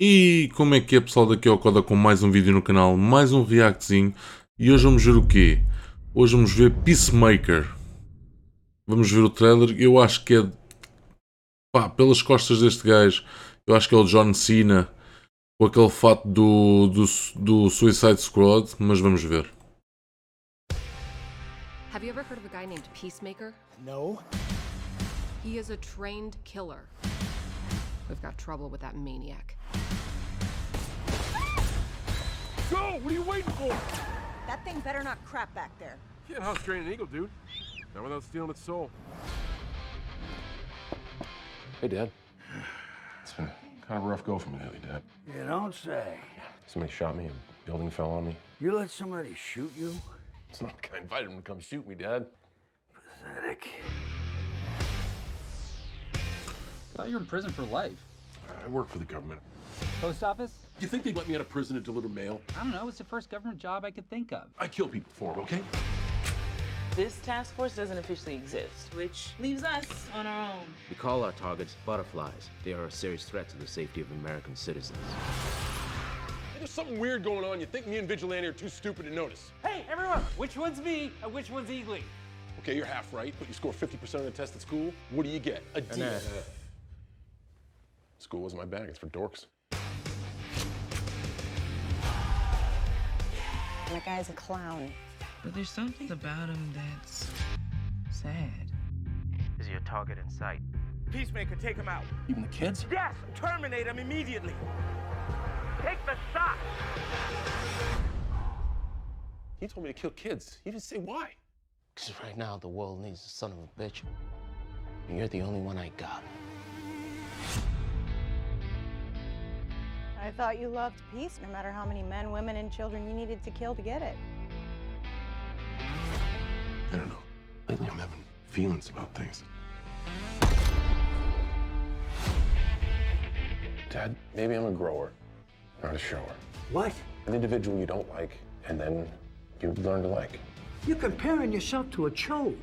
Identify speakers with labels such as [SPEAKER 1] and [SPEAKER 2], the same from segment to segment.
[SPEAKER 1] E como é que é pessoal daqui ao Coda com mais um vídeo no canal, mais um reactzinho E hoje vamos ver o quê? Hoje vamos ver Peacemaker Vamos ver o trailer, eu acho que é... Pá, pelas costas deste gajo Eu acho que é o John Cena Com aquele fato do, do, do Suicide Squad, mas vamos ver
[SPEAKER 2] Have you ever heard of a guy named Peacemaker?
[SPEAKER 3] No.
[SPEAKER 2] He is a trained killer. We've got trouble with that maniac.
[SPEAKER 3] Go! What are you waiting for?
[SPEAKER 4] That thing better not crap back there.
[SPEAKER 3] Can't house train an eagle, dude. Not without stealing its soul.
[SPEAKER 5] Hey, Dad.
[SPEAKER 3] It's been kind of a rough go for me lately, Dad.
[SPEAKER 6] You don't say.
[SPEAKER 5] Somebody shot me. A building fell on me.
[SPEAKER 6] You let somebody shoot you?
[SPEAKER 5] It's not like I invited him to come shoot me, Dad.
[SPEAKER 6] Pathetic.
[SPEAKER 7] thought you were in prison for life.
[SPEAKER 3] I work for the government.
[SPEAKER 7] Post office?
[SPEAKER 3] You think they'd let me out of prison to deliver mail?
[SPEAKER 7] I don't know. It's the first government job I could think of.
[SPEAKER 3] I kill people for 'em, okay?
[SPEAKER 8] This task force doesn't officially exist, which leaves us on our own.
[SPEAKER 9] We call our targets butterflies. They are a serious threat to the safety of American citizens.
[SPEAKER 3] There's something weird going on. You think me and Vigilante are too stupid to notice.
[SPEAKER 7] Hey, everyone! Which one's me and which one's Eagly?
[SPEAKER 3] Okay, you're half right, but you score 50% on the test at school. What do you get? A D. School wasn't my bag. It's for dorks.
[SPEAKER 4] That guy's a clown.
[SPEAKER 8] But there's something about him that's sad.
[SPEAKER 9] Is your target in sight?
[SPEAKER 10] Peacemaker, take him out.
[SPEAKER 3] Even the kids?
[SPEAKER 10] Yes, terminate him immediately. Take the shot.
[SPEAKER 3] He told me to kill kids. He didn't say why.
[SPEAKER 9] Because right now the world needs a son of a bitch. And you're the only one I got.
[SPEAKER 4] I thought you loved peace, no matter how many men, women, and children you needed to kill to get it.
[SPEAKER 3] I don't know. Lately I'm having feelings about things. Dad, maybe I'm a grower, not a shower.
[SPEAKER 6] What?
[SPEAKER 3] An individual you don't like, and then you learn to like.
[SPEAKER 6] You're comparing yourself to a chode.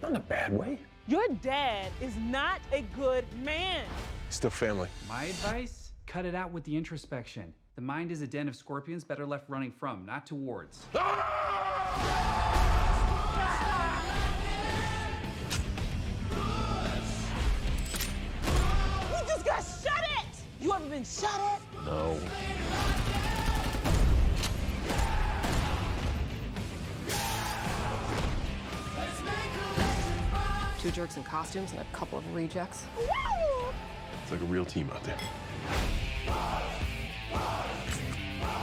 [SPEAKER 3] Not in a bad way.
[SPEAKER 8] Your dad is not a good man.
[SPEAKER 3] Still family.
[SPEAKER 7] My advice? Cut it out with the introspection. The mind is a den of scorpions better left running from, not towards.
[SPEAKER 8] You just got shut it! You ever been shut at?
[SPEAKER 5] No.
[SPEAKER 2] Two jerks in costumes and a couple of rejects.
[SPEAKER 3] It's like a real team out there.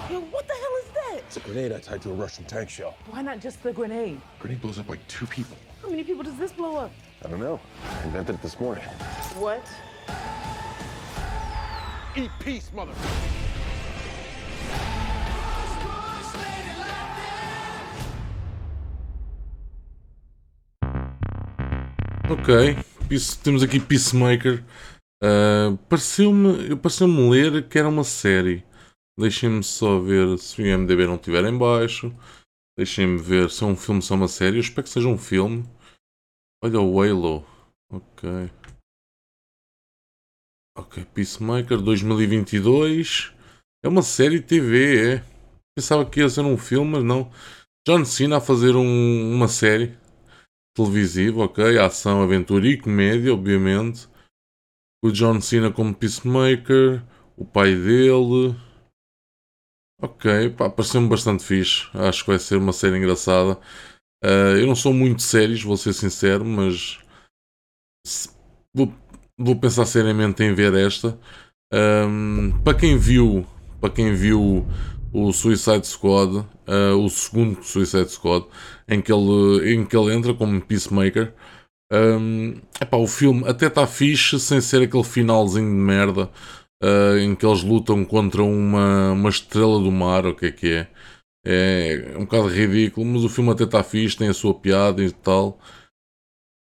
[SPEAKER 8] Yo, what the hell is that?
[SPEAKER 3] It's a grenade I tied to a Russian tank shell.
[SPEAKER 8] Why not just the grenade?
[SPEAKER 3] Grenade blows up like two people.
[SPEAKER 8] How many people does this blow up?
[SPEAKER 3] I don't know. I invented it this morning.
[SPEAKER 8] What?
[SPEAKER 3] Eat peace, mother.
[SPEAKER 1] Ok, Peace- temos aqui Peacemaker Ah, Pareceu-me pareceu ler que era uma série Deixem-me só ver se o IMDB não estiver em baixo Deixem-me ver se é um filme ou se é uma série Eu espero que seja um filme Olha o Halo Ok Ok, Peacemaker 2022 É uma série TV, é Pensava que ia ser um filme, mas não John Cena a fazer um- uma série televisivo, ok? Ação, aventura e comédia, obviamente. O John Cena como Peacemaker, o pai dele. Ok, pá, pareceu-me bastante fixe. Acho que vai ser uma série engraçada. Ah, eu não sou muito de séries, vou ser sincero, mas se- vou, vou pensar seriamente em ver esta. Ahm, para quem viu, para quem viu o Suicide Squad, ah, o segundo Suicide Squad, em que ele, em que ele entra como Peacemaker. Hum, epá, o filme até está fixe sem ser aquele finalzinho de merda ah, em que eles lutam contra uma, uma estrela do mar, o que é que é? É um bocado ridículo, mas o filme até está fixe, tem a sua piada e tal.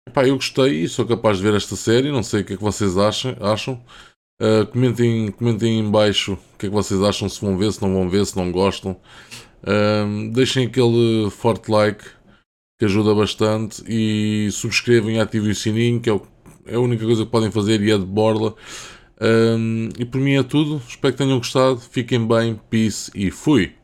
[SPEAKER 1] Epá, eu gostei e sou capaz de ver esta série, não sei o que é que vocês acham. acham. Ah, comentem, comentem em baixo o que é que vocês acham, se vão ver, se não vão ver, se não gostam. Um, deixem aquele forte like que ajuda bastante e subscrevam e ativem o sininho que é, o- é a única coisa que podem fazer e é de borla Ahm, e por mim é tudo. Espero que tenham gostado. Fiquem bem, peace e fui!